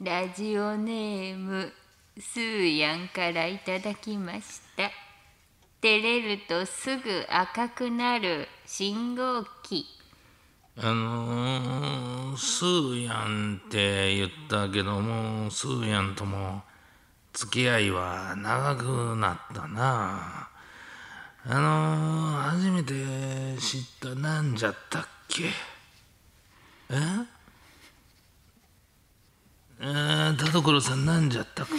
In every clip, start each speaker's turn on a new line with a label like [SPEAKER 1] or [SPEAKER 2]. [SPEAKER 1] ラジオネームスーヤンからいただきました照れるとすぐ赤くなる信号機
[SPEAKER 2] あのー、スーヤンって言ったけどもスーヤンとも付き合いは長くなったなあのー、初めて知ったなんじゃったっけええー、田所さんなんじゃったっけ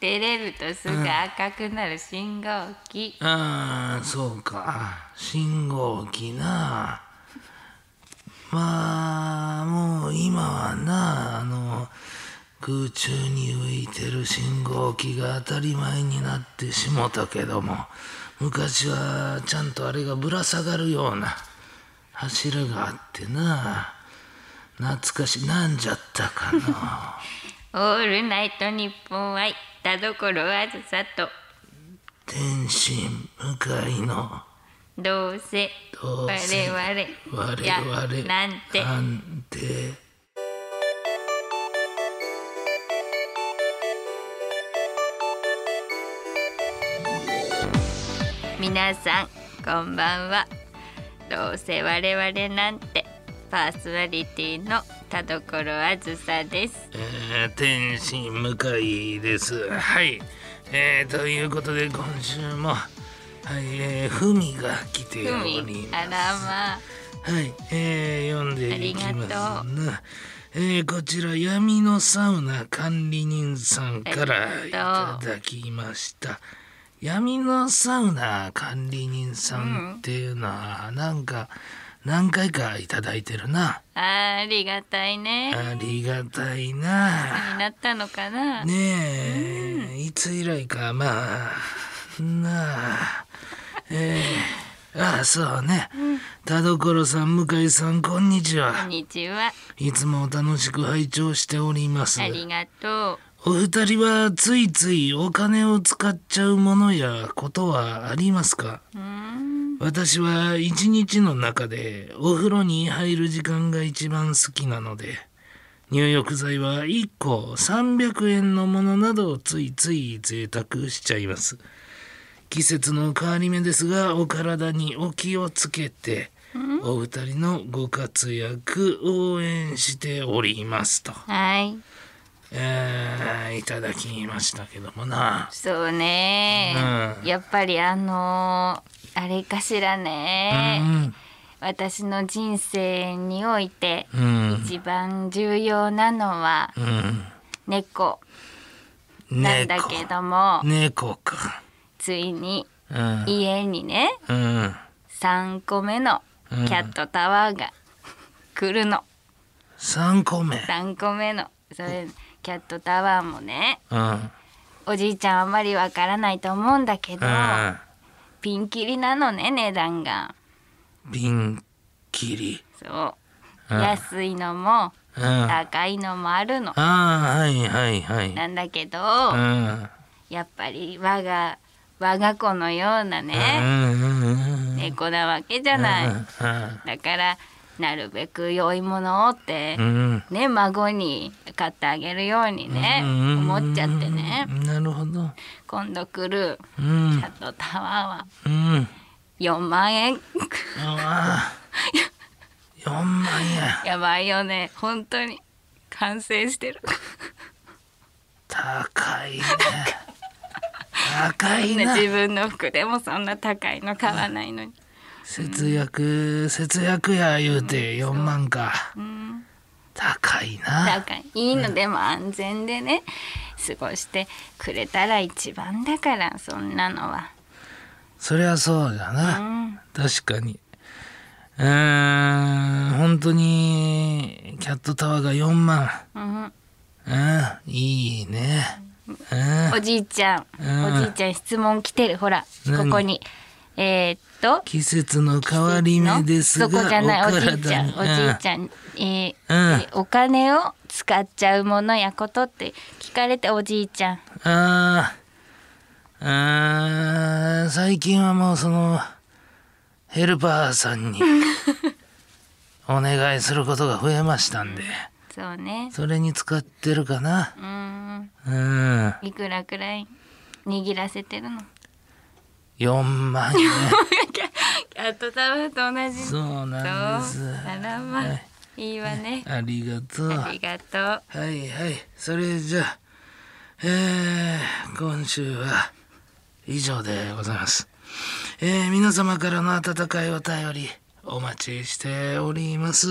[SPEAKER 1] 照れるとすぐ赤くなる信号機、
[SPEAKER 2] ああそうか信号機なまあもう今はなあの空中に浮いてる信号機が当たり前になってしもたけども昔はちゃんとあれがぶら下がるような柱があってな懐かしなんじゃったかな
[SPEAKER 1] オールナイトニッポン愛田所あずさと
[SPEAKER 2] 天心向かいの
[SPEAKER 1] どうせ
[SPEAKER 2] どうせ
[SPEAKER 1] 我々
[SPEAKER 2] 我々
[SPEAKER 1] いやなんて
[SPEAKER 2] なんて
[SPEAKER 1] 皆さんこんばんはどうせ我々なんてパーソナリティの田所あずさです
[SPEAKER 2] えー天心向かいです。はい、えーということで今週も、はいえー、ふみが来て
[SPEAKER 1] ふ
[SPEAKER 2] お
[SPEAKER 1] み
[SPEAKER 2] り
[SPEAKER 1] あら
[SPEAKER 2] ます。
[SPEAKER 1] まあ
[SPEAKER 2] はい、えー読んでいきます
[SPEAKER 1] あ
[SPEAKER 2] な。えーこちら闇のサウナ管理人さんからいただきました。闇のサウナ管理人さんっていうのはなんか何回かいただいてるな。
[SPEAKER 1] ありがたいね
[SPEAKER 2] ありがたいな。
[SPEAKER 1] になったのかな、
[SPEAKER 2] ねえ、いつ以来かまあなあええああそうね、田所さん向井さんこんにち
[SPEAKER 1] こん
[SPEAKER 2] は
[SPEAKER 1] にちはい
[SPEAKER 2] つも楽しく拝聴しております
[SPEAKER 1] ありがと
[SPEAKER 2] お二人はついついお金を使っちゃうものやことはありますか
[SPEAKER 1] ううーん
[SPEAKER 2] 私は一日の中でお風呂に入る時間が一番好きなので入浴剤は1個300円のものなどをついつい贅沢しちゃいます季節の変わり目ですがお体にお気をつけてお二人のご活躍応援しておりますと、
[SPEAKER 1] はい
[SPEAKER 2] えーいただきましたけどもな
[SPEAKER 1] そうね、
[SPEAKER 2] うん
[SPEAKER 1] やっぱりあのーあれかしらね、私の人生において
[SPEAKER 2] うんうん
[SPEAKER 1] 一番重要なのは
[SPEAKER 2] うん
[SPEAKER 1] 猫なんだけども、
[SPEAKER 2] 猫猫か
[SPEAKER 1] ついに
[SPEAKER 2] うん
[SPEAKER 1] 家にね
[SPEAKER 2] うん、
[SPEAKER 1] 3個目のキャットタワーが来るの
[SPEAKER 2] 3個目。
[SPEAKER 1] 3個目のそれキャットタワーもね
[SPEAKER 2] うん。
[SPEAKER 1] おじいちゃんあんまりわからないと思うんだけど
[SPEAKER 2] う
[SPEAKER 1] ピンキリなのね値段が
[SPEAKER 2] ん。ピンキリ。
[SPEAKER 1] そう
[SPEAKER 2] うん
[SPEAKER 1] 安いのも
[SPEAKER 2] うん。あ
[SPEAKER 1] 高いのもあるの
[SPEAKER 2] あ、はいはいはい。
[SPEAKER 1] なんだけど
[SPEAKER 2] うん。
[SPEAKER 1] やっぱり我が我が子のようなね
[SPEAKER 2] うんうんうん。
[SPEAKER 1] 猫なわけじゃないだからなるべく良いものをって
[SPEAKER 2] うん。
[SPEAKER 1] ね孫に買ってあげるようにね
[SPEAKER 2] うん
[SPEAKER 1] 思っちゃってね。
[SPEAKER 2] なるほど。
[SPEAKER 1] 今度来る
[SPEAKER 2] う
[SPEAKER 1] キ
[SPEAKER 2] ん。
[SPEAKER 1] ャットタワーは
[SPEAKER 2] うん。
[SPEAKER 1] 4万円
[SPEAKER 2] ああ。4万円。
[SPEAKER 1] やばいよね本当に完成してる
[SPEAKER 2] 高いね。高いな。
[SPEAKER 1] 自分の服でもそんな高いの買わないのに
[SPEAKER 2] 節約、節約や言うて4万か。
[SPEAKER 1] うん
[SPEAKER 2] 高い
[SPEAKER 1] だ
[SPEAKER 2] な。
[SPEAKER 1] からいいのでも安全でね過ごしてくれたら一番だからそんなのは
[SPEAKER 2] そりゃそうじゃな。
[SPEAKER 1] うん
[SPEAKER 2] 確かにうーん本当にキャットタワーが4万
[SPEAKER 1] うん
[SPEAKER 2] うんいいねう
[SPEAKER 1] お
[SPEAKER 2] ん
[SPEAKER 1] じいちゃん、
[SPEAKER 2] うん
[SPEAKER 1] おじいちゃん質問来てるほらこ
[SPEAKER 2] 何
[SPEAKER 1] こにえー、っと
[SPEAKER 2] 季節の変わり目ですが
[SPEAKER 1] そこじゃないおじいちゃんお
[SPEAKER 2] 体に
[SPEAKER 1] じいちゃん、えー
[SPEAKER 2] うん
[SPEAKER 1] えーお金を使っちゃうものやことって聞かれておじいちゃん
[SPEAKER 2] うんあーあー最近はもうそのヘルパーさんにお願いすることが増えましたんで
[SPEAKER 1] そうね
[SPEAKER 3] それに使ってるかな
[SPEAKER 1] うーん
[SPEAKER 3] うん
[SPEAKER 1] いくらくらい握らせてるの
[SPEAKER 3] 4万円
[SPEAKER 1] キャットタワーと同じ そう
[SPEAKER 3] そうなんです
[SPEAKER 1] あらま
[SPEAKER 3] はい
[SPEAKER 1] いいわね
[SPEAKER 3] ありがとう
[SPEAKER 1] ありがとう
[SPEAKER 3] はいはいそれじゃあえー今週は以上でございますえー皆様からの温かいお便りお待ちしております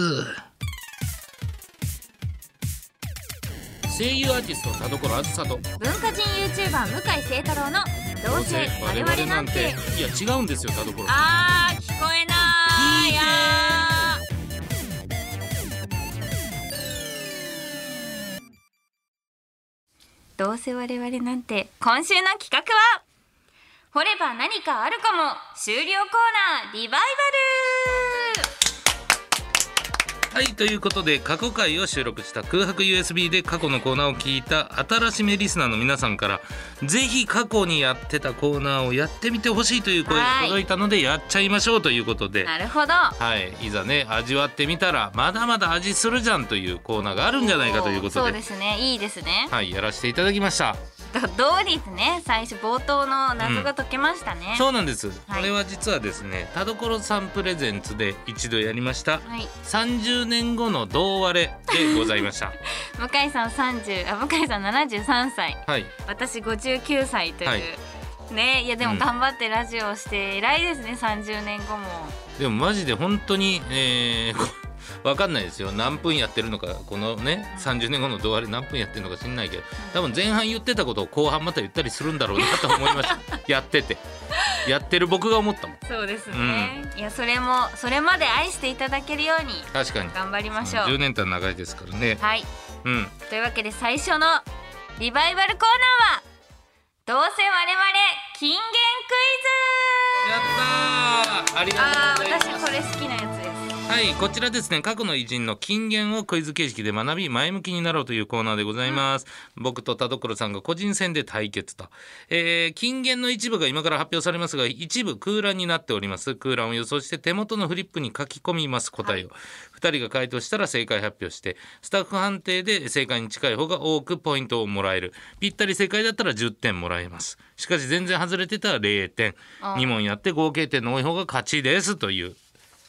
[SPEAKER 2] 声優アーティスト田所あずさと
[SPEAKER 4] 文化人 YouTuber 向井聖太郎の「どうせ我々なんて
[SPEAKER 2] いや違うんですよ田所」
[SPEAKER 4] あー聞こえないやー
[SPEAKER 1] どうせ我々なんて今週の企画は掘れば何かあるかも終了コーナーリバイバル
[SPEAKER 2] はいということで過去回を収録した空白 USB で過去のコーナーを聞いた新しめリスナーの皆さんからぜひ過去にやってたコーナーをやってみてほしいという声が届いたのでやっちゃいましょうということで。
[SPEAKER 1] なるほど
[SPEAKER 2] はい、いざね味わってみたらまだまだ味するじゃんというコーナーがあるんじゃないかというこ
[SPEAKER 1] そ
[SPEAKER 2] と
[SPEAKER 1] う
[SPEAKER 2] で
[SPEAKER 1] ですねいいですね
[SPEAKER 2] はい、やらせていただきました
[SPEAKER 1] どどうですね最初冒頭の謎が解けましたね、
[SPEAKER 2] そうなんです、
[SPEAKER 1] はい
[SPEAKER 2] これは実はですね田所さんプレゼンツで一度やりました
[SPEAKER 1] はい
[SPEAKER 2] 30年後の同割れでございました
[SPEAKER 1] 向井さん30あ向井さん73歳
[SPEAKER 2] はい
[SPEAKER 1] 私59歳という、
[SPEAKER 2] はい
[SPEAKER 1] ねいやで
[SPEAKER 2] う
[SPEAKER 1] も
[SPEAKER 2] ん
[SPEAKER 1] 頑張ってラジオをして偉いですね30年後も
[SPEAKER 2] でもマジで本当に、えーこ わかんないですよ何分やってるのかこのね30年後の同割れ何分やってるのか知んないけど多分前半言ってたことを後半また言ったりするんだろうなと思いました やっててやってる僕が思ったもん
[SPEAKER 1] そうですね、いやそれもそれまで愛していただけるように
[SPEAKER 2] 確かに
[SPEAKER 1] 頑張りましょう
[SPEAKER 2] 10年間長いですからね
[SPEAKER 1] はい
[SPEAKER 2] うん
[SPEAKER 1] というわけで最初のリバイバルコーナーはどうせ我々金言クイズ
[SPEAKER 2] やったーありが
[SPEAKER 1] あ
[SPEAKER 2] と
[SPEAKER 1] あ
[SPEAKER 2] うございます
[SPEAKER 1] 私これ好きなやつです
[SPEAKER 2] はいこちらですね過去の偉人の金言をクイズ形式で学び前向きになろうというコーナーでございます、僕と田所さんが個人戦で対決と、えー金言の一部が今から発表されますが一部空欄になっております空欄を予想して手元のフリップに書き込みます答えを、二人が回答したら正解発表してスタッフ判定で正解に近い方が多くポイントをもらえるぴったり正解だったら10点もらえますしかし全然外れてたら0点
[SPEAKER 1] あー
[SPEAKER 2] 2問やって合計点の多い方が勝ちですという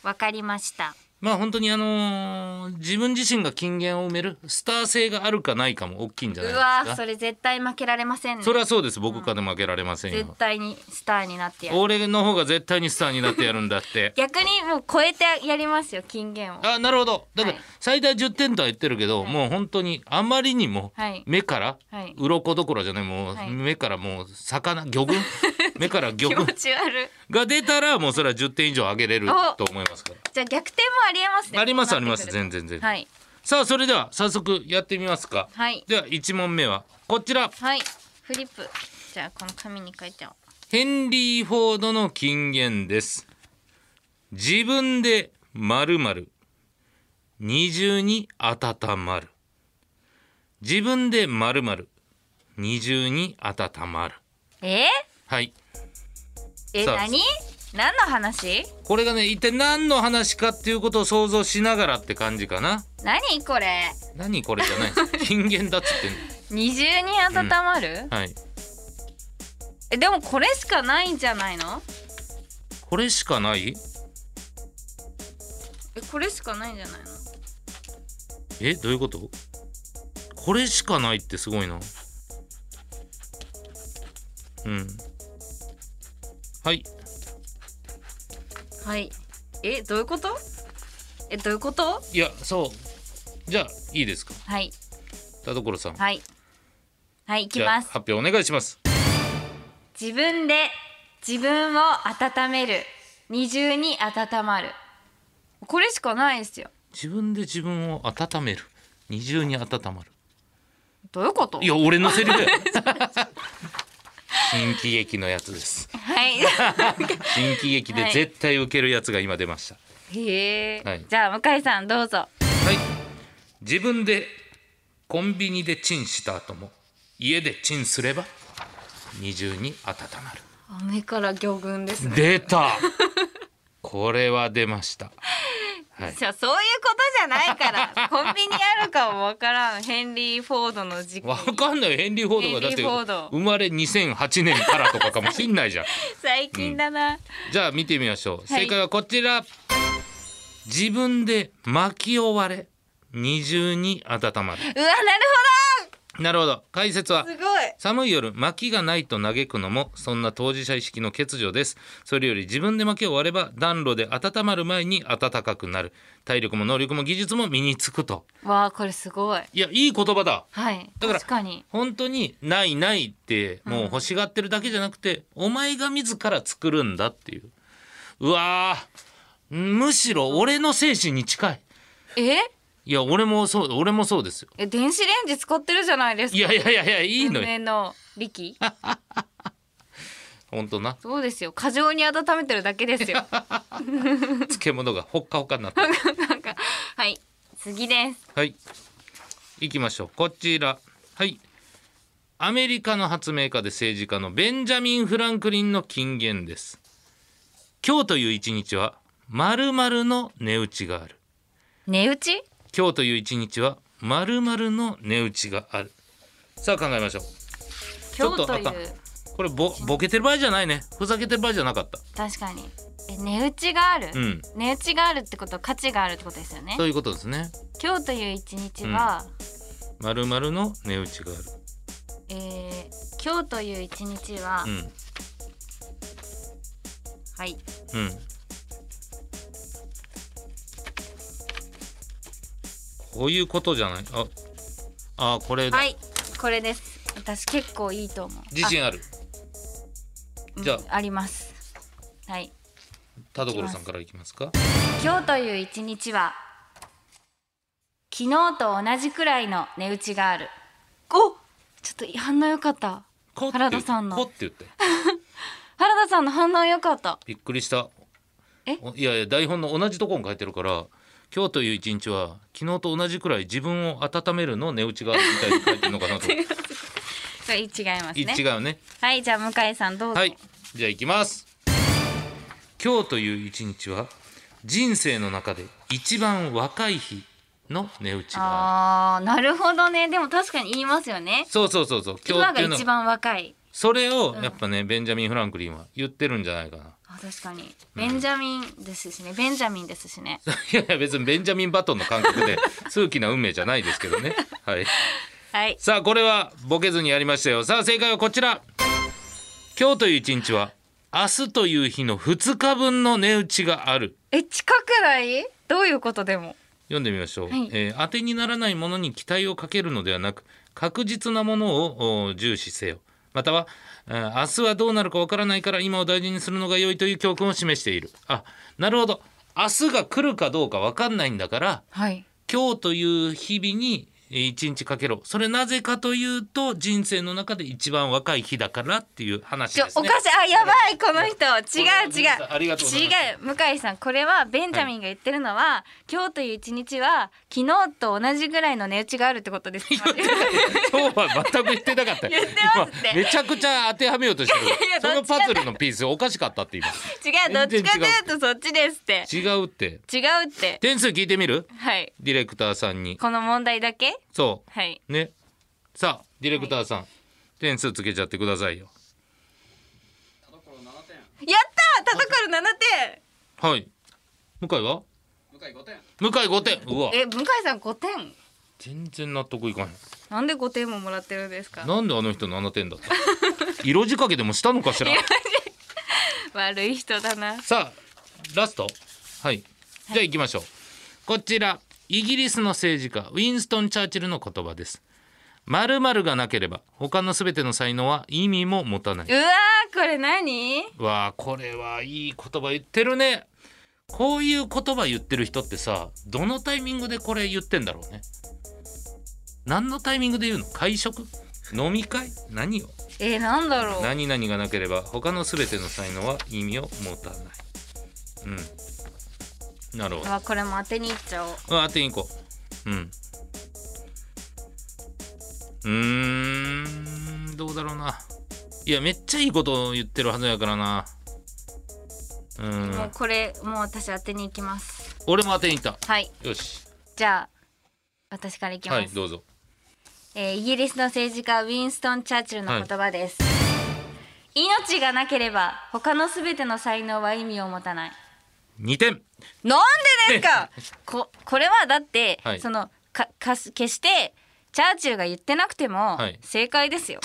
[SPEAKER 1] わかりました
[SPEAKER 2] まあ本当にあのー自分自身が金言を埋めるスター性があるかないかも大きいんじゃ
[SPEAKER 1] う
[SPEAKER 2] ない
[SPEAKER 1] わ
[SPEAKER 2] ですか
[SPEAKER 1] ーそれ絶対負けられませんね
[SPEAKER 2] それはそうです僕から負けられません
[SPEAKER 1] 絶
[SPEAKER 2] よ
[SPEAKER 1] 対にスターになってやる
[SPEAKER 2] 俺の方が絶対にスターになってやるんだって
[SPEAKER 1] 逆にもう超えてやりますよ金言を
[SPEAKER 2] あなるほどだから
[SPEAKER 1] はい
[SPEAKER 2] 最大10点とは言ってるけど、もう本当にあまりにも
[SPEAKER 1] はい
[SPEAKER 2] 目から
[SPEAKER 1] はい
[SPEAKER 2] 鱗どころじゃないもう
[SPEAKER 1] はい
[SPEAKER 2] 目からもう魚 魚群目から魚
[SPEAKER 1] 気
[SPEAKER 2] 群
[SPEAKER 1] 持ち悪い
[SPEAKER 2] が出たらもうそれは10点以上上げれる
[SPEAKER 1] お
[SPEAKER 2] と思いますか
[SPEAKER 1] じゃあ逆転もありえますね
[SPEAKER 2] らありますあります
[SPEAKER 1] こうなって
[SPEAKER 2] 全然
[SPEAKER 1] くる
[SPEAKER 2] 全然、
[SPEAKER 1] とはい
[SPEAKER 2] さあそれでは早速やってみますか
[SPEAKER 1] はい
[SPEAKER 2] では1問目はこちら
[SPEAKER 1] はいフリップじゃあこの紙に書いちゃおう
[SPEAKER 2] ヘンリー・フォードの金言です自分で〇〇二重に温まる自分で〇〇二重に温まる
[SPEAKER 1] えー
[SPEAKER 2] はい
[SPEAKER 1] え
[SPEAKER 2] さあ
[SPEAKER 1] 何何の話
[SPEAKER 2] これがね一体何の話かっていうことを想像しながらって感じかな
[SPEAKER 1] 何これ
[SPEAKER 2] 何これじゃないです金言だっつってんの
[SPEAKER 1] 二重に温まる、
[SPEAKER 2] はい
[SPEAKER 1] えでもこれしかないんじゃないの
[SPEAKER 2] これしかない
[SPEAKER 1] えこれしかないんじゃないの
[SPEAKER 2] えどういうことこれしかないってすごいなうんはい
[SPEAKER 1] はいえどういうことえどういうこと
[SPEAKER 2] いやそうじゃあいいですか
[SPEAKER 1] はい
[SPEAKER 2] 田所さん、
[SPEAKER 1] はいはい行き
[SPEAKER 2] じゃあ
[SPEAKER 1] ます
[SPEAKER 2] 発表お願いします
[SPEAKER 1] 自分で自分を温める二重に温まるこれしかないですよ
[SPEAKER 2] 自分で自分を温める二重に温まる
[SPEAKER 1] どういうこと
[SPEAKER 2] いや俺のセリフだ よ新喜劇のやつです
[SPEAKER 1] はい
[SPEAKER 2] 新喜劇で絶対受けるやつが今出ました、
[SPEAKER 1] へえ、
[SPEAKER 2] はい
[SPEAKER 1] じゃあ向井さんどうぞ
[SPEAKER 2] はい自分でコンビニでチンした後も家でチンすれば二重に温まる
[SPEAKER 1] 雨から魚群ですね
[SPEAKER 2] 出た これは出ましたはい
[SPEAKER 1] じゃあそういうことじゃがない からコンビニあるかもわからんヘンリー・フォードの事故
[SPEAKER 2] わかんないヘンリー・フォードがだって
[SPEAKER 1] ヘンリーフォード
[SPEAKER 2] 生まれ2008年からとかかもしんないじゃん
[SPEAKER 1] 最近だな、
[SPEAKER 2] じゃあ見てみましょう
[SPEAKER 1] はい
[SPEAKER 2] 正解はこちら、自分で巻き終われ二重に温まる
[SPEAKER 1] うわなる
[SPEAKER 2] なるほど解説は
[SPEAKER 1] ほどすごい
[SPEAKER 2] 寒い夜薪がないと嘆くのもそんな当事者意識の欠如ですそれより自分で薪を割れば暖炉で温まる前に暖かくなる体力も能力も技術も身につくと
[SPEAKER 1] わあこれすごい
[SPEAKER 2] いやいい言葉だ
[SPEAKER 1] はい
[SPEAKER 2] だから
[SPEAKER 1] 確かに
[SPEAKER 2] 本当にないないってもう欲しがってるだけじゃなくて、お前が自ら作るんだっていううわーむしろ俺の精神に近い
[SPEAKER 1] え
[SPEAKER 2] いや俺もそう俺もそうですよ
[SPEAKER 1] え電子レンジ使ってるじゃないですか
[SPEAKER 2] いやいやいやいやいいの
[SPEAKER 1] 運
[SPEAKER 2] よ
[SPEAKER 1] 命の力
[SPEAKER 2] 本当な
[SPEAKER 1] そうですよ過剰に温めてるだけですよ
[SPEAKER 2] 漬物がほっかほかになってる
[SPEAKER 1] なんかはい次です
[SPEAKER 2] はい。行きましょう。こちら。はい。アメリカの発明家で政治家のベンジャミン・フランクリンの金言です。今日という一日は、〇〇の値打ちがある。
[SPEAKER 1] 値打ち
[SPEAKER 2] 今日という一日は、〇〇の値打ちがある。さあ考えましょう。ょ
[SPEAKER 1] 今
[SPEAKER 2] っ
[SPEAKER 1] 日
[SPEAKER 2] と
[SPEAKER 1] と
[SPEAKER 2] あ
[SPEAKER 1] い
[SPEAKER 2] かん
[SPEAKER 1] う
[SPEAKER 2] これボ、ボケてる場合じゃないね。ふざけてる場合じゃなかった。
[SPEAKER 1] 確かにえ値打ちがある、
[SPEAKER 2] うん。
[SPEAKER 1] 値打ちがあるってことは価値があるってことですよね
[SPEAKER 2] そういうことですね。
[SPEAKER 1] 今日という一日は、
[SPEAKER 2] 〇〇の値打ちがある。
[SPEAKER 1] えー今日という一日は、
[SPEAKER 2] うん。
[SPEAKER 1] はい
[SPEAKER 2] うん。こういうことじゃない。あ、あこれだ、
[SPEAKER 1] はいこれです私結構いいと思う
[SPEAKER 2] 自信ある。
[SPEAKER 1] あ
[SPEAKER 2] じゃあ
[SPEAKER 1] うんありますはい
[SPEAKER 2] 田所さんからいきますか。
[SPEAKER 1] 今日という一日は昨日と同じくらいの値打ちがあるおちょっと反応良かった
[SPEAKER 2] こって
[SPEAKER 1] 原田さんの
[SPEAKER 2] こって言って。
[SPEAKER 1] 原田さんの反応良かった
[SPEAKER 2] びっくりした。
[SPEAKER 1] え
[SPEAKER 2] おいやいや台本の同じとこに書いてるから。今日という一日は昨日と同じくらい自分を温めるの値打ちがあるみたいに書いてる のかなと。
[SPEAKER 1] そう違います
[SPEAKER 2] い
[SPEAKER 1] ね
[SPEAKER 2] 違うね。
[SPEAKER 1] はいじゃあ向井さんどうぞ、
[SPEAKER 2] はい、じゃあ行きます。今日という一日は人生の中で一番若い日の値打ちがあ
[SPEAKER 1] あーなるほどねでも確かに言いますよね
[SPEAKER 2] る。そうそうそうそう。今日
[SPEAKER 1] 今
[SPEAKER 2] ってい
[SPEAKER 1] が
[SPEAKER 2] うの
[SPEAKER 1] 一
[SPEAKER 2] は
[SPEAKER 1] 番若い
[SPEAKER 2] それをやっぱね、ベンジャミンフランクリンは言ってるんじゃない かな。
[SPEAKER 1] あ確かにベンジャミンですしね、ベンジャミンですしね
[SPEAKER 2] いやいや別にベンジャミンバトンの感覚 で数奇な運命じゃないですけどね。はい。
[SPEAKER 1] はい
[SPEAKER 2] さあこれはボケずにやりましたよ。さあ正解はこちら。今日という一日は明日という日の2日分の値打ちがある。
[SPEAKER 1] え近くないどういうことでも
[SPEAKER 2] 読んでみましょう、
[SPEAKER 1] はい
[SPEAKER 2] えー当てにならないものに期待をかけるのではなく確実なものをお重視せよまたは、えー明日はどうなるかわからないから今を大事にするのが良いという教訓を示しているあなるほど明日が来るかどうかわかんないんだから
[SPEAKER 1] はい
[SPEAKER 2] 今日という日々にえー一日かけろそれなぜかというと人生の中で一番若い日だからっていう話
[SPEAKER 1] ちょ、
[SPEAKER 2] です
[SPEAKER 1] お
[SPEAKER 2] ね
[SPEAKER 1] かしいあやばいこの人違う
[SPEAKER 2] ごめ
[SPEAKER 1] 違
[SPEAKER 2] んなさいありがとうございます
[SPEAKER 1] う違う向井さんこれはベンジャミンが言ってるのは、今日という一日は昨日と同じぐらいの値打ちがあるってことです
[SPEAKER 2] 今日は全く言ってなかったよ
[SPEAKER 1] 言ってますって
[SPEAKER 2] 今めちゃくちゃ当てはめようとしてる
[SPEAKER 1] いや
[SPEAKER 2] そ
[SPEAKER 1] ど
[SPEAKER 2] の
[SPEAKER 1] っちか
[SPEAKER 2] パズルのピースおかしかったって今
[SPEAKER 1] 違うどっちかというとそっちですって
[SPEAKER 2] 違うって
[SPEAKER 1] 違うって
[SPEAKER 2] 点数聞いてみる
[SPEAKER 1] はい
[SPEAKER 2] ディレクターさんに
[SPEAKER 1] この問題だけ
[SPEAKER 2] そ
[SPEAKER 1] はい。
[SPEAKER 2] うねさあディレクターさん、点数つけちゃってくださいよ
[SPEAKER 1] やったー田所7
[SPEAKER 2] はい向井は向井5点向井5点うわ
[SPEAKER 1] 点え、向井さん5点
[SPEAKER 2] 全然納得いかへん
[SPEAKER 1] なんで5点ももらってるんですか
[SPEAKER 2] なんであの人7点だった 色仕掛けでもしたのかしら
[SPEAKER 1] 悪い人だな。
[SPEAKER 2] さあラストはいじゃあ行きましょう、こちらイギリスの政治家ウィンストン・チャーチルの言葉です〇〇がなければ他のすべての才能は意味も持たないう
[SPEAKER 1] わー、これ何
[SPEAKER 2] わあこれはいい言葉言ってるねこういう言葉言ってる人ってさどのタイミングでこれ言ってんだろうね何のタイミングで言うの会食飲み会何よ
[SPEAKER 1] えー、なんだろう。
[SPEAKER 2] 何々がなければ他のすべての才能は意味を持たないうんなるほど
[SPEAKER 1] あ、これも当てにいっちゃおう。
[SPEAKER 2] あ当てに行こううんうーんどうだろうないやめっちゃいいことを言ってるはずやからなう
[SPEAKER 1] もうんこれ、もう私当てに行きます。
[SPEAKER 2] 俺も当てに行った
[SPEAKER 1] はい。
[SPEAKER 2] よし
[SPEAKER 1] じゃあ私からいきます、
[SPEAKER 2] はいどうぞ
[SPEAKER 1] えーイギリスの政治家ウィンストン・チャーチルの言葉です、命がなければ他のすべての才能は意味を持たない
[SPEAKER 2] 2点
[SPEAKER 1] なんでですかここれはだって、
[SPEAKER 2] はい
[SPEAKER 1] そのかかす決してチャーチルが言ってなくても
[SPEAKER 2] はい
[SPEAKER 1] 正解ですよ、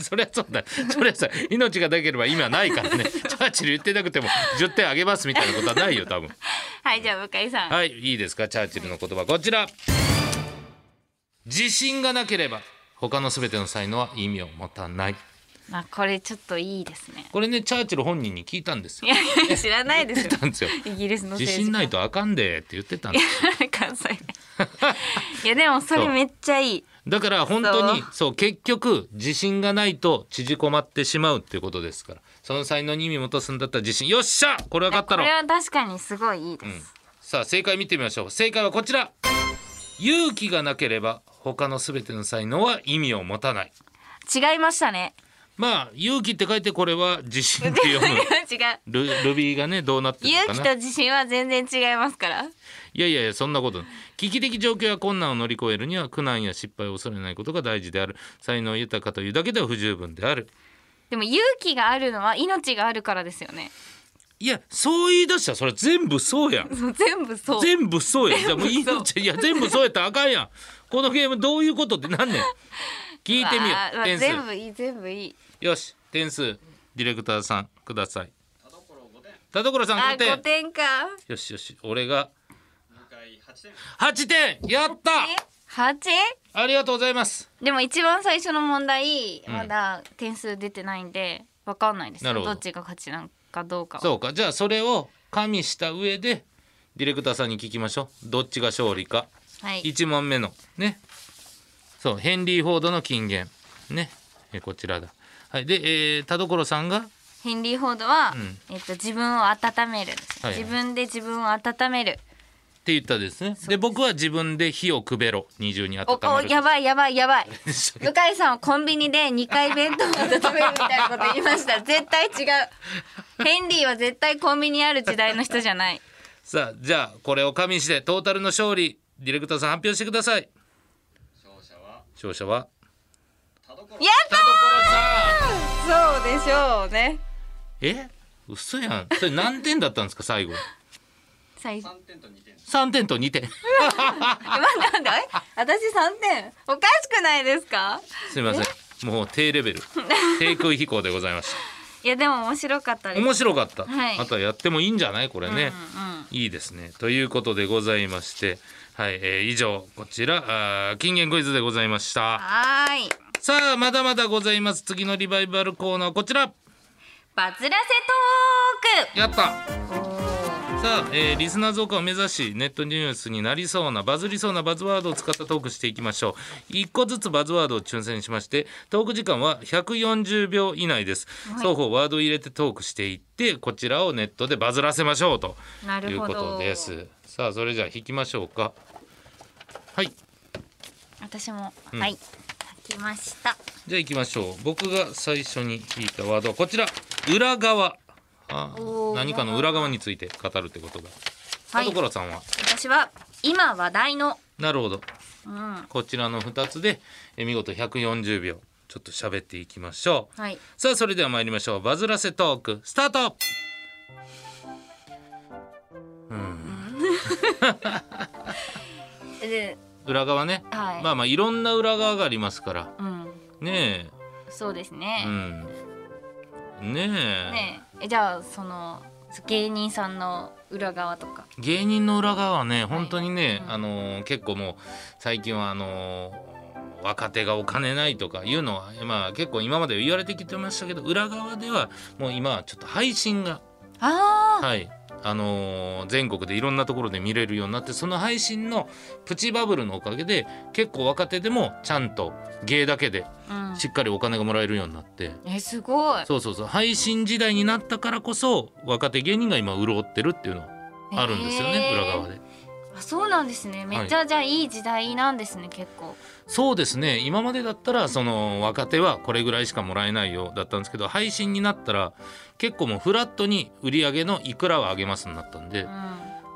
[SPEAKER 2] そりゃそうだそりゃさ命がなければ今ないからねチャーチル言ってなくても10点あげますみたいなことはないよ多分
[SPEAKER 1] はい、じゃあ向井さん、
[SPEAKER 2] はいいいですかチャーチルの言葉こちら自信がなければ他のすべての才能は意味を持たない
[SPEAKER 1] まあこれちょっといいですね
[SPEAKER 2] これねチャーチル本人に聞いたんです
[SPEAKER 1] い
[SPEAKER 2] よ
[SPEAKER 1] やいや知らない ですよ
[SPEAKER 2] なんですよ
[SPEAKER 1] イギリスの政
[SPEAKER 2] 自
[SPEAKER 1] 治家
[SPEAKER 2] 信ないとあかんでって言ってたんですよ
[SPEAKER 1] 関西弁いやでもそれめっちゃいい
[SPEAKER 2] だから本当に
[SPEAKER 1] そ
[SPEAKER 2] そう結局自信がないと縮こまってしまうっていうことですからその才能に意味を持たすんだったら自信よっしゃこれ分かっ
[SPEAKER 1] こ
[SPEAKER 2] たろ
[SPEAKER 1] れは確かにすごいいいです、
[SPEAKER 2] さあ正解見てみましょう正解はこちら勇気がなければ他のすべての才能は意味を持たない
[SPEAKER 1] 違いましたね
[SPEAKER 2] まあ勇気って書いてこれは自信って読 む
[SPEAKER 1] 違う
[SPEAKER 2] ルルビーがねどうなってるの
[SPEAKER 1] 勇
[SPEAKER 2] か
[SPEAKER 1] 気
[SPEAKER 2] な
[SPEAKER 1] と自信は全然違いますから
[SPEAKER 2] いやいやいやそんなことない危機的状況や困難を乗り越えるには苦難や失敗を恐れないことが大事である才能豊かというだけでは不十分である
[SPEAKER 1] でも勇気があるのは命があるからですよね
[SPEAKER 2] いやそう言い出したらそれ全部そうやん
[SPEAKER 1] そう全部そう
[SPEAKER 2] 全部そうやんじゃあもういいのちゃういや全部そうやったらあかんやんこのゲームどういうことってなんねん聞いてみよ
[SPEAKER 1] わあ
[SPEAKER 2] う
[SPEAKER 1] わあ
[SPEAKER 2] 点数
[SPEAKER 1] 全部いい全部いい
[SPEAKER 2] よし点数ディレクターさんください田所さん
[SPEAKER 1] あ
[SPEAKER 2] 5点
[SPEAKER 1] 五点か
[SPEAKER 2] よしよし俺が8点やった
[SPEAKER 1] 八
[SPEAKER 2] ありがとうございます
[SPEAKER 1] でも一番最初の問題まだ点数出てないんでわかんないです
[SPEAKER 2] な
[SPEAKER 1] よ
[SPEAKER 2] るほ
[SPEAKER 1] ど
[SPEAKER 2] ど
[SPEAKER 1] っちが勝ちなのかどうかは
[SPEAKER 2] そうかじゃあそれを加味した上でディレクターさんに聞きましょうどっちが勝利か
[SPEAKER 1] はい
[SPEAKER 2] 1問目のねそうヘンリー・フォードの金言ねえこちらだはいで、えー田所さんが
[SPEAKER 1] ヘンリー・フォードは、
[SPEAKER 2] ん
[SPEAKER 1] えっと、自分を温めるです、
[SPEAKER 2] はいはい
[SPEAKER 1] 自分で自分を温める
[SPEAKER 2] って言ったですねで僕は自分で火をくべろ二重に温
[SPEAKER 1] おお
[SPEAKER 2] まる
[SPEAKER 1] やばいやばいやばい向井さんはコンビニで2回弁当を温めるみたいなこと言いました 絶対違うヘンリーは絶対コンビニある時代の人じゃない
[SPEAKER 2] さあじゃあこれを加味してトータルの勝利ディレクターさん発表してください勝者は
[SPEAKER 1] や
[SPEAKER 2] 田所さん
[SPEAKER 1] ったそうでしょうね
[SPEAKER 2] え嘘やんそれ何点だったんですか最後
[SPEAKER 1] 最初
[SPEAKER 2] 3点と2点
[SPEAKER 1] え待って待ってあれ私3点おかしくないですか
[SPEAKER 2] すいませんもう低レベル低空飛行でございまし
[SPEAKER 1] いやでも面白かった
[SPEAKER 2] た
[SPEAKER 1] です
[SPEAKER 2] 面白かった、
[SPEAKER 1] はい
[SPEAKER 2] あとはやってもいいんじゃないこれね、いいですねということでございましてはい、えー以上こちらあー金言クイズでございました
[SPEAKER 1] はーい
[SPEAKER 2] さあまだまだございます次のリバイバルコーナーはこちら
[SPEAKER 1] バズらせト
[SPEAKER 2] やった
[SPEAKER 1] ークお
[SPEAKER 2] さあ、えーリスナー増加を目指しネットニュースになりそうなバズりそうなバズワードを使ったトークしていきましょう1個ずつバズワードを抽選しましてトーク時間は140秒以内です、双方ワードを入れてトークしていってこちらをネットでバズらせましょうと
[SPEAKER 1] ーな
[SPEAKER 2] いう
[SPEAKER 1] るほ
[SPEAKER 2] こ
[SPEAKER 1] ど
[SPEAKER 2] とですさあそれじゃあ引きましょうかはい
[SPEAKER 1] 私も、
[SPEAKER 2] うん
[SPEAKER 1] はい書きました
[SPEAKER 2] じゃあ行きましょう僕が最初に引いたワードはこちら裏側あ
[SPEAKER 1] おー
[SPEAKER 2] 何かの裏側について語るってことが、
[SPEAKER 1] はい
[SPEAKER 2] 田所さんは
[SPEAKER 1] 私は今話題の
[SPEAKER 2] なるほど
[SPEAKER 1] うんは
[SPEAKER 2] こちらの2つでえー見事140秒ちょっと喋っていきましょう
[SPEAKER 1] い
[SPEAKER 2] さあそれでは参りましょうバズらせトークスタート
[SPEAKER 1] で
[SPEAKER 2] 裏側ね、
[SPEAKER 1] はい
[SPEAKER 2] まあまあいろんな裏側がありますから
[SPEAKER 1] うん
[SPEAKER 2] ね
[SPEAKER 1] そうです
[SPEAKER 2] え
[SPEAKER 1] ね
[SPEAKER 2] う、んねえ
[SPEAKER 1] ねええじゃあその芸人さんの裏側とか
[SPEAKER 2] 芸人の裏側はね本当にね、
[SPEAKER 1] うん
[SPEAKER 2] あのー結構もう最近はあのー若手がお金ないとかいうのは、まあ、結構今まで言われてきてましたけど裏側ではもう今はちょっと配信が
[SPEAKER 1] ああ
[SPEAKER 2] はいあのー全国でいろんなところで見れるようになってその配信のプチバブルのおかげで結構若手でもちゃんと芸だけで
[SPEAKER 1] うん
[SPEAKER 2] しっかりお金がもらえるようになって、
[SPEAKER 1] えすごい
[SPEAKER 2] そうそうそう配信時代になったからこそ若手芸人が今潤ってるっていうのはあるんですよね、
[SPEAKER 1] へー
[SPEAKER 2] 裏側で。
[SPEAKER 1] あそうなんですねめっちゃ、じゃあいい時代なんですね結構
[SPEAKER 2] そうですね今までだったらその若手はこれぐらいしかもらえないよだったんですけど配信になったら結構もうフラットに売り上げのいくらを上げますになったんで
[SPEAKER 1] うん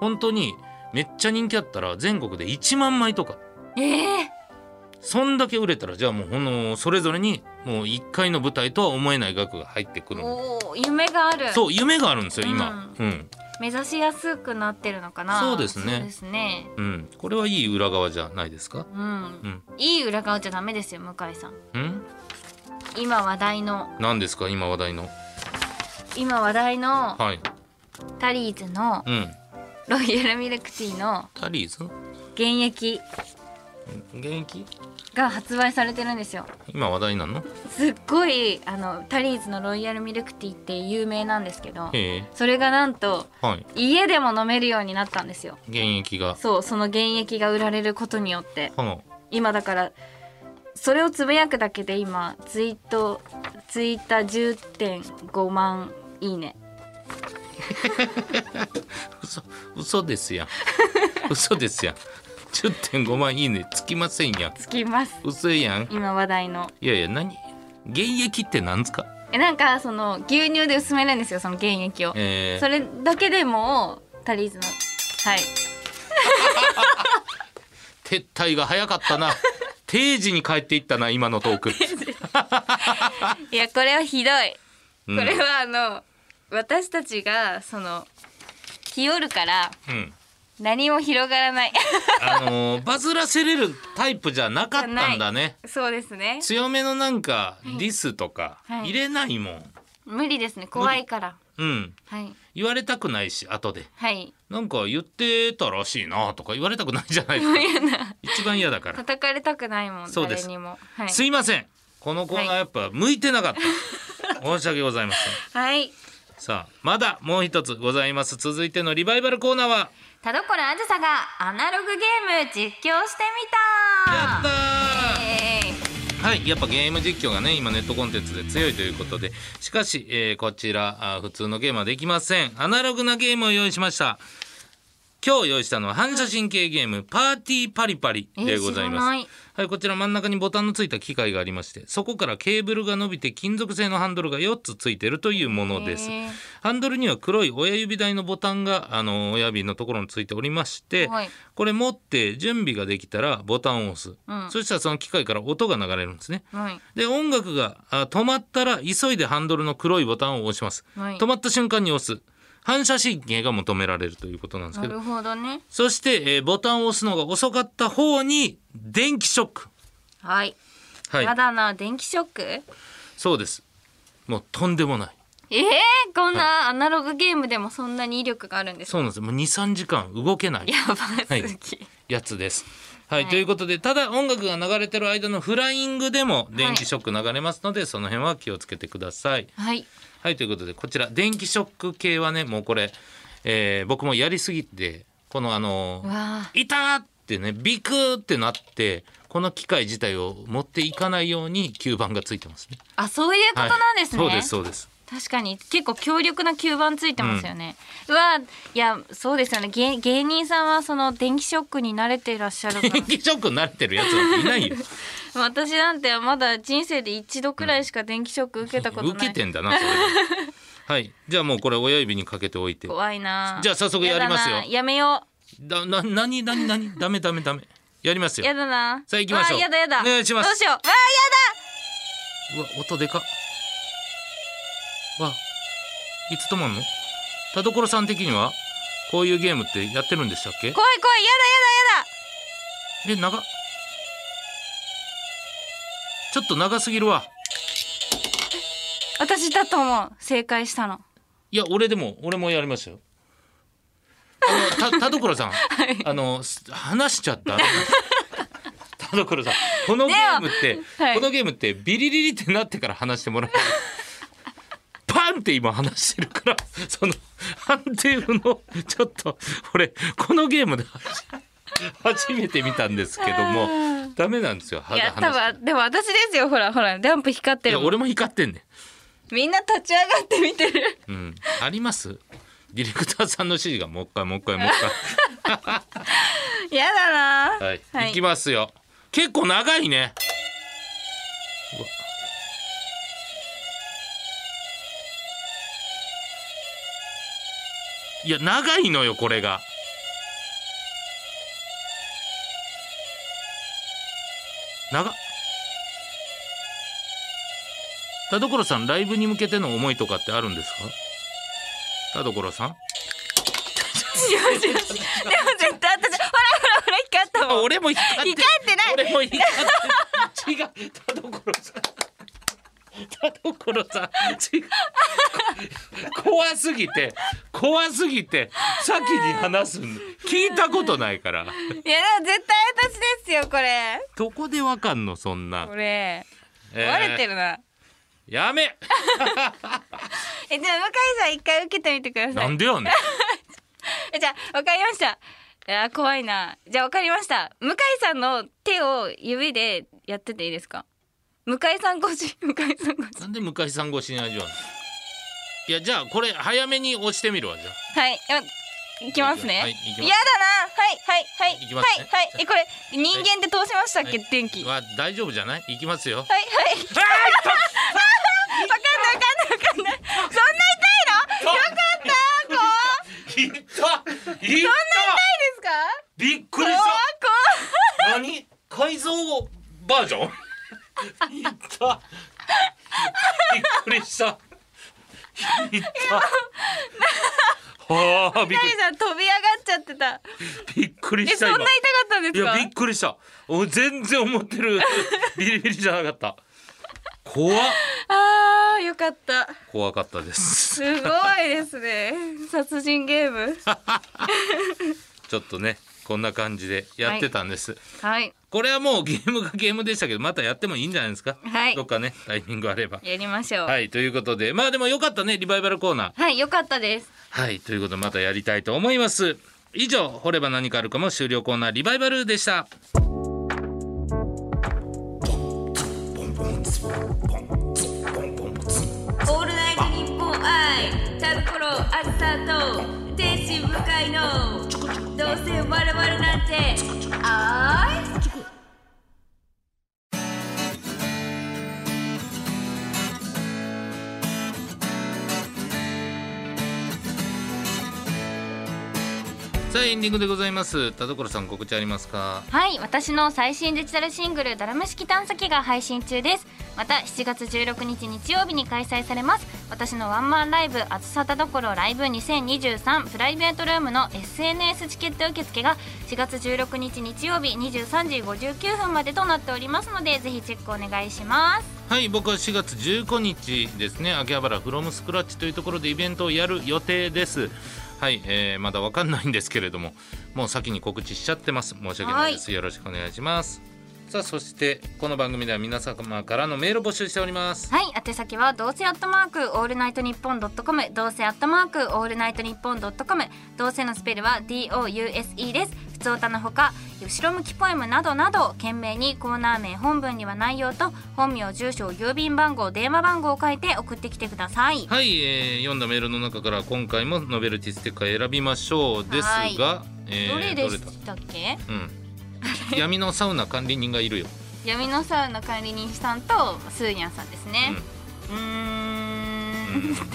[SPEAKER 2] 本当にめっちゃ人気あったら全国で1万枚とか
[SPEAKER 5] ええ
[SPEAKER 2] そんだけ売れたらじゃあもうほんのそれぞれにもう1回の舞台とは思えない額が入ってくるんで
[SPEAKER 1] おお夢がある
[SPEAKER 2] そう夢があるんですよ今うん、うん
[SPEAKER 1] 目指しやすくなってるのかな
[SPEAKER 2] そうですね
[SPEAKER 1] そうですね
[SPEAKER 2] これはいい裏側じゃないですか
[SPEAKER 1] うん
[SPEAKER 2] うん、
[SPEAKER 1] いい裏側じゃダメですよ向井さん
[SPEAKER 2] うん、
[SPEAKER 1] 今話題の
[SPEAKER 2] 何ですか今話題の
[SPEAKER 1] 今話題の
[SPEAKER 2] はい
[SPEAKER 1] タリーズの
[SPEAKER 2] うん
[SPEAKER 1] ロイヤルミルクティーの
[SPEAKER 2] タリーズ
[SPEAKER 1] 原液
[SPEAKER 2] 現役
[SPEAKER 1] が発売されてるんですよ
[SPEAKER 2] 今話題なの
[SPEAKER 1] すっごいあのタリーズのロイヤルミルクティーって有名なんですけど
[SPEAKER 2] ええ
[SPEAKER 1] それがなんと
[SPEAKER 2] はい
[SPEAKER 1] 家でも飲めるようになったんですよ
[SPEAKER 2] 現役が
[SPEAKER 1] そうその原液が売られることによって
[SPEAKER 2] この
[SPEAKER 1] 今だからそれをつぶやくだけで今ツイートツイッター10.5万いいね
[SPEAKER 2] 嘘嘘です やん嘘ですやん10.5万いいねつきませんやん
[SPEAKER 1] つきます
[SPEAKER 2] 嘘やん
[SPEAKER 1] 今話題の
[SPEAKER 2] いやいや何現役ってなんですか
[SPEAKER 1] えなんかその牛乳で薄めるんですよその原液を
[SPEAKER 2] え
[SPEAKER 1] それだけでもタリーズのはい
[SPEAKER 2] え撤退が早かった な定時に帰っていったな今のトー ク、
[SPEAKER 1] いやこれはひどい
[SPEAKER 2] うん、
[SPEAKER 1] これはあの、私たちがその日和るから
[SPEAKER 2] うん
[SPEAKER 1] 何も広がらない
[SPEAKER 2] あのーバズらせれるタイプじゃなかったんだね
[SPEAKER 1] そうですね
[SPEAKER 2] 強めのなんかディスとか
[SPEAKER 1] はい
[SPEAKER 2] 入れないもん、
[SPEAKER 1] 無理ですね怖いから
[SPEAKER 2] うん
[SPEAKER 1] はい
[SPEAKER 2] 言われたくないし後で
[SPEAKER 1] はい
[SPEAKER 2] なんか言ってたらしいなとか言われたくないじゃないです か一番嫌だから、
[SPEAKER 1] 叩かれたくないもん
[SPEAKER 2] そうです
[SPEAKER 1] 誰にもはい、
[SPEAKER 2] すいませんこのコーナーやっぱ向いてなかった、申し訳ございません
[SPEAKER 1] はい、
[SPEAKER 2] さあまだもう一つございます続いてのリバイバルコーナーは
[SPEAKER 5] 田所あずさがアナログゲーム実況してみ
[SPEAKER 2] やった
[SPEAKER 5] た
[SPEAKER 2] ー
[SPEAKER 5] えー
[SPEAKER 2] はい、やっぱゲーム実況がね今ネットコンテンツで強いということでしかし、えーこちらあー普通のゲームはできませんアナログなゲームを用意しました今日用意したのは反射神経ゲーム「パーティーパリパリ」でござい
[SPEAKER 5] えー知ら
[SPEAKER 2] ま
[SPEAKER 5] な
[SPEAKER 2] す、
[SPEAKER 5] い
[SPEAKER 2] はい、こちら真ん中にボタンのついた機械がありましてそこからケーブルが伸びて金属製のハンドルが4つついてるというものです、
[SPEAKER 5] へー
[SPEAKER 2] ハンドルには黒い親指台のボタンがあの親指のところについておりまして、
[SPEAKER 5] はい
[SPEAKER 2] これ持って準備ができたらボタンを押す、
[SPEAKER 5] うん
[SPEAKER 2] そしたらその機械から音が流れるんですね
[SPEAKER 5] はい
[SPEAKER 2] で音楽があ止まったら急いでハンドルの黒いボタンを押します、
[SPEAKER 5] はい
[SPEAKER 2] 止まった瞬間に押す反射神経が求められるということなんです
[SPEAKER 5] な
[SPEAKER 2] けど
[SPEAKER 5] るほどね
[SPEAKER 2] そして、えーボタンを押すのが遅かった方に電気ショック
[SPEAKER 1] はい、
[SPEAKER 2] はい
[SPEAKER 1] やだな電気ショックえ
[SPEAKER 2] そうですもうとんでもない
[SPEAKER 1] ー、こんなアナログゲームでもそんなに威力があるんです
[SPEAKER 2] そうなんですもう23時間動けない
[SPEAKER 1] やばすぎ、
[SPEAKER 2] やつです。はい、ということでただ音楽が流れてる間のフライングでも電気ショック流れますので、その辺は気をつけてください。
[SPEAKER 1] はい
[SPEAKER 2] はいということでこちら電気ショック系はねもうこれ、えー僕もやりすぎてこのあの
[SPEAKER 1] うわ
[SPEAKER 2] 痛ーってねビクーってなってこの機械自体を持っていかないように吸盤がついてますね。
[SPEAKER 1] ああそういうこと
[SPEAKER 2] はい
[SPEAKER 1] なんですね、
[SPEAKER 2] そうですそうです。
[SPEAKER 1] 確かに結構強力な吸盤ついてますよね、うわいやそうですよね芸芸人さんはその電気ショックに慣れていらっしゃるから
[SPEAKER 2] 電 気ショックに慣れてるやつはいな いよ。
[SPEAKER 1] 私なんてまだ人生で一度くらいしか電気ショック受けたことない、
[SPEAKER 2] 受けてんだなそれは。はいじゃあもうこれ親指にかけておいて。
[SPEAKER 1] 怖いな
[SPEAKER 2] じゃあ早速やりますよ
[SPEAKER 1] やだなやめよ
[SPEAKER 2] だななになになに ダメダメダメやります
[SPEAKER 1] う
[SPEAKER 2] よ
[SPEAKER 1] やだな
[SPEAKER 2] さあ行きましょう
[SPEAKER 1] わやだやだ
[SPEAKER 2] お願いします
[SPEAKER 1] どうしようわや
[SPEAKER 2] うわ音でかっわいつ止まんの田所さん的にはこういうゲームってやってるんでしたっ
[SPEAKER 1] 怖
[SPEAKER 2] け
[SPEAKER 1] い怖いや
[SPEAKER 2] え長っちょっと長すぎるわ
[SPEAKER 1] だやだやだ私だと思う正解したの
[SPEAKER 2] いや俺でも俺もやりましたよあのた 田所さん、あのす話しちゃった 田所さんこのゲームって、
[SPEAKER 1] はい
[SPEAKER 2] このゲームってビリリリってなってから話してもらえるパンって今話してるからその判定のちょっと俺このゲームで初初めて見たんですけどもダメなんですよ
[SPEAKER 1] い
[SPEAKER 2] 話
[SPEAKER 1] や
[SPEAKER 2] 話
[SPEAKER 1] 多分でも私ですよほらほらダンプ光って
[SPEAKER 2] い
[SPEAKER 1] る
[SPEAKER 2] や
[SPEAKER 1] もん
[SPEAKER 2] 俺も光ってんねん
[SPEAKER 1] みんな立ち上がって見てる
[SPEAKER 2] うん、ありますディレクターさんの指示がもう一回もう一回もう一
[SPEAKER 1] やだな
[SPEAKER 2] 回はい、
[SPEAKER 1] はい
[SPEAKER 2] い、きますよ結構長いねうわいや長いのよこれが長っ田所さんライブに向けての思いとかってあるんですか田所さん
[SPEAKER 1] 違う違うでも絶対私ほらほらほら光った
[SPEAKER 2] あ
[SPEAKER 1] もん
[SPEAKER 2] 俺も光ってる
[SPEAKER 1] 光ってない
[SPEAKER 2] 俺も光ってる違う田所さん田所さん違う怖すぎて怖すぎて先に話すん聞いたことないから
[SPEAKER 1] いやでも絶対私ですよこれ
[SPEAKER 2] どこでわかんのそんな
[SPEAKER 1] これ
[SPEAKER 2] えー
[SPEAKER 1] 割れてるな
[SPEAKER 2] やめ
[SPEAKER 1] えじゃあ向井さん一回受けてみてくださ
[SPEAKER 2] ないんでやねん
[SPEAKER 1] えじゃあわかりましたいや怖いなじゃあわかりました向井さんの手を指でやってていいですか向井さん越 し向井さん越し
[SPEAKER 2] なんで向井さん越しに味わうのいやじゃあこれ早めに押してみるわじゃあ
[SPEAKER 1] はいやいきますね、
[SPEAKER 2] はいいきます
[SPEAKER 1] やだなはいはいはい
[SPEAKER 2] いきますね
[SPEAKER 1] はいはいえこれ人間って通しましたっけ、
[SPEAKER 2] はい
[SPEAKER 1] 電気はい
[SPEAKER 2] は大丈夫じゃない行きます よ
[SPEAKER 1] はいわかんないわかんないわかんないそんな痛い のよかった怖い
[SPEAKER 2] 行った行った
[SPEAKER 1] ですか
[SPEAKER 2] びっくり
[SPEAKER 1] 怖い
[SPEAKER 2] 何改造バージョンいったびっくりしたいったはあびっ
[SPEAKER 1] 怖い向井さん飛び上がっちゃってた
[SPEAKER 2] くりびっくり
[SPEAKER 1] え
[SPEAKER 2] し
[SPEAKER 1] そ
[SPEAKER 2] た
[SPEAKER 1] んな痛
[SPEAKER 2] 今
[SPEAKER 1] かったんで
[SPEAKER 2] い
[SPEAKER 1] す
[SPEAKER 2] や
[SPEAKER 1] か
[SPEAKER 2] びっくりしたお全然思っ てるビリビリじゃなかった怖っ
[SPEAKER 1] あーよかった
[SPEAKER 2] 怖かったです
[SPEAKER 1] すごいですね殺人ゲーム
[SPEAKER 2] ちょっとねこんな感じでやってたんです、
[SPEAKER 1] はい
[SPEAKER 2] これはもうゲームがゲームでしたけどまたやってもいいんじゃないですか、
[SPEAKER 1] はい
[SPEAKER 2] どっかねタイミングあれば
[SPEAKER 1] やりましょうは、
[SPEAKER 2] はいいということでまあでもよかったねリバイバルコーナー
[SPEAKER 1] よかったです
[SPEAKER 2] はいということでまたやりたいと思います以上掘れば何かあるかも終了コーナーリバイバルでした
[SPEAKER 1] オールナイトニッポン愛タブコロアスターと天使向かいのどうせ我々なんてあーい
[SPEAKER 2] さあエンディングでございます田所さん告知ありますか
[SPEAKER 6] はい私の最新デジタルシングル「ドラム式探査機」が配信中ですまた7月16日日曜日に開催されます私のワンマンライブ「暑さたどころライブ2023プライベートルーム」の SNS チケット受付が4月16日日曜日23時59分までとなっておりますのでぜひチェックお願いします
[SPEAKER 2] はい僕は4月15日ですね秋葉原フロムスクラッチというところでイベントをやる予定ですはい、えー、まだわかんないんですけれどももう先に告知しちゃってます申し訳ないです、よろしくお願いしますさあそしてこの番組では皆様からのメールを募集しております
[SPEAKER 6] はい宛先はどうせアットマークオールナイトニッポンドットコムどうせアットマークオールナイトニッポンドットコムどうせのスペルは DOUSE です普通歌のほか後ろ向きポエムなどなど懸命にコーナー名本文には内容と本名住所郵便番号電話番号を書いて送ってきてください
[SPEAKER 2] はい、えー読んだメールの中から今回もノベルティステッカー選びましょうですが、えー
[SPEAKER 6] どれでし
[SPEAKER 2] どれ
[SPEAKER 6] たっけ
[SPEAKER 2] だ うん、闇のサウナ管理人がいるよ、
[SPEAKER 6] 闇のサウナ管理人さんとスーニャンさんですねうー ん
[SPEAKER 2] うん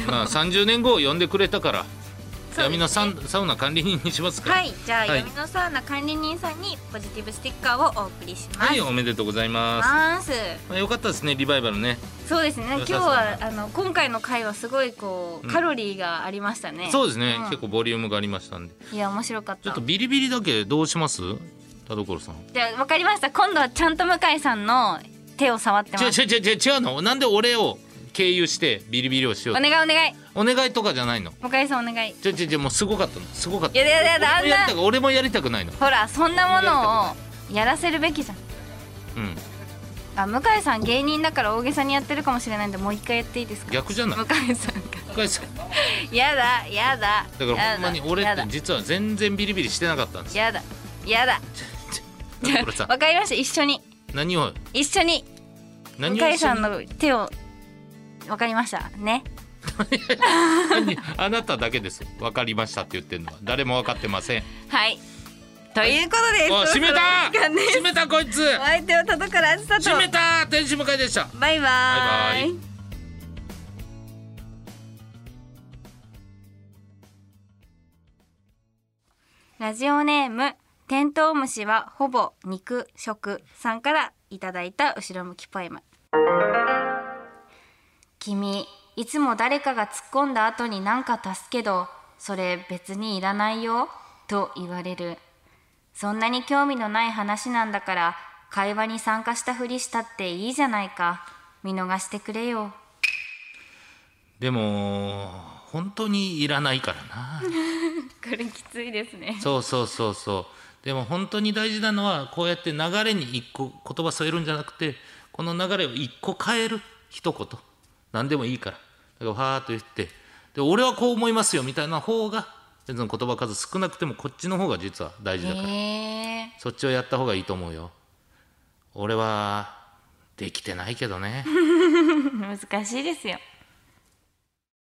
[SPEAKER 2] まあ30年後を呼んでくれたから、
[SPEAKER 6] そうですね
[SPEAKER 2] 闇のサンサウナ管理人にしますから
[SPEAKER 6] はいじゃあ、
[SPEAKER 2] はい
[SPEAKER 6] 闇のサウナ管理人さんにポジティブステッカーをお送りします、
[SPEAKER 2] はい、おめでとうございます。
[SPEAKER 6] ます
[SPEAKER 2] まあ、よかったですね、リバイバルね。
[SPEAKER 6] そうですね今
[SPEAKER 2] 良さ
[SPEAKER 6] 日
[SPEAKER 2] そう
[SPEAKER 6] はあの今回の回はすごいこう、
[SPEAKER 2] うん
[SPEAKER 6] カロリーがありましたね
[SPEAKER 2] そうですね、
[SPEAKER 6] うん
[SPEAKER 2] 結構ボリュームがありましたんで。
[SPEAKER 6] いや面白かっ
[SPEAKER 2] ち
[SPEAKER 6] た
[SPEAKER 2] ょっとビリビリだけどうします田所さん。
[SPEAKER 6] じゃあわかりました今度はちゃんと向井さんの手を触ってま
[SPEAKER 2] 違う
[SPEAKER 6] す
[SPEAKER 2] 違う違う違う違うの。なんで俺を経由してビリビリをしよ
[SPEAKER 6] お
[SPEAKER 2] うと。
[SPEAKER 6] 願いお願い
[SPEAKER 2] お願いとかじゃないの。
[SPEAKER 6] 向井さんお願い
[SPEAKER 2] 違う違う違う、もうすごかったの。すごかった。
[SPEAKER 1] やだやだやだあん
[SPEAKER 2] 俺もやりた
[SPEAKER 1] な
[SPEAKER 2] く俺もやりたくないの。
[SPEAKER 6] ほらそんなものをやらせるべきじゃん
[SPEAKER 2] うん。
[SPEAKER 6] あ向井さん芸人だから大げさにやってるかもしれないんでもう一回やっていいですか
[SPEAKER 2] 逆じゃない。
[SPEAKER 6] 向井さんが
[SPEAKER 2] 向井さん
[SPEAKER 1] やだやだ
[SPEAKER 2] だからほんまに俺
[SPEAKER 1] や
[SPEAKER 2] って
[SPEAKER 1] だ
[SPEAKER 2] 実は全然ビリビリしてなかっ たんです。
[SPEAKER 1] やだやだ
[SPEAKER 2] 田所さん
[SPEAKER 6] わ、かりました一緒に
[SPEAKER 2] 何を
[SPEAKER 6] 一緒に
[SPEAKER 2] 何
[SPEAKER 6] 向
[SPEAKER 2] を
[SPEAKER 6] 井さんの手をわかりましたね
[SPEAKER 2] 何あなただけです。わかりましたって言ってるのは誰もわかってません。
[SPEAKER 1] はいということで
[SPEAKER 2] お
[SPEAKER 1] そろ
[SPEAKER 2] 閉め
[SPEAKER 1] そろ
[SPEAKER 2] た
[SPEAKER 1] 時間です
[SPEAKER 2] 閉めたこいつ
[SPEAKER 1] お相手を田所あずさと
[SPEAKER 2] 閉めた天使向かいでした
[SPEAKER 1] バイバ
[SPEAKER 2] バイバ
[SPEAKER 1] イ
[SPEAKER 2] イ
[SPEAKER 6] ラジオネームテントウムシはほぼ肉食さんから
[SPEAKER 1] いただいた後ろ向きポエム君いつも誰かが突っ込んだ後に何か足すけどそれ別にいらないよと言われるそんなに興味のない話なんだから会話に参加したふりしたっていいじゃないか見逃してくれよ
[SPEAKER 2] でも本当にいらないからな
[SPEAKER 1] これきついですね
[SPEAKER 2] そうそうそうそうでも本当に大事なのはこうやって流れに一個言葉添えるんじゃなくてこの流れを一個変える一言何でもいいからだからファーッと言ってで俺はこう思いますよみたいな方が別に言葉数少なくてもこっちの方が実は大事だから、
[SPEAKER 1] へえ
[SPEAKER 2] そっちをやった方がいいと思うよ俺はできてないけどね
[SPEAKER 1] 難しいですよ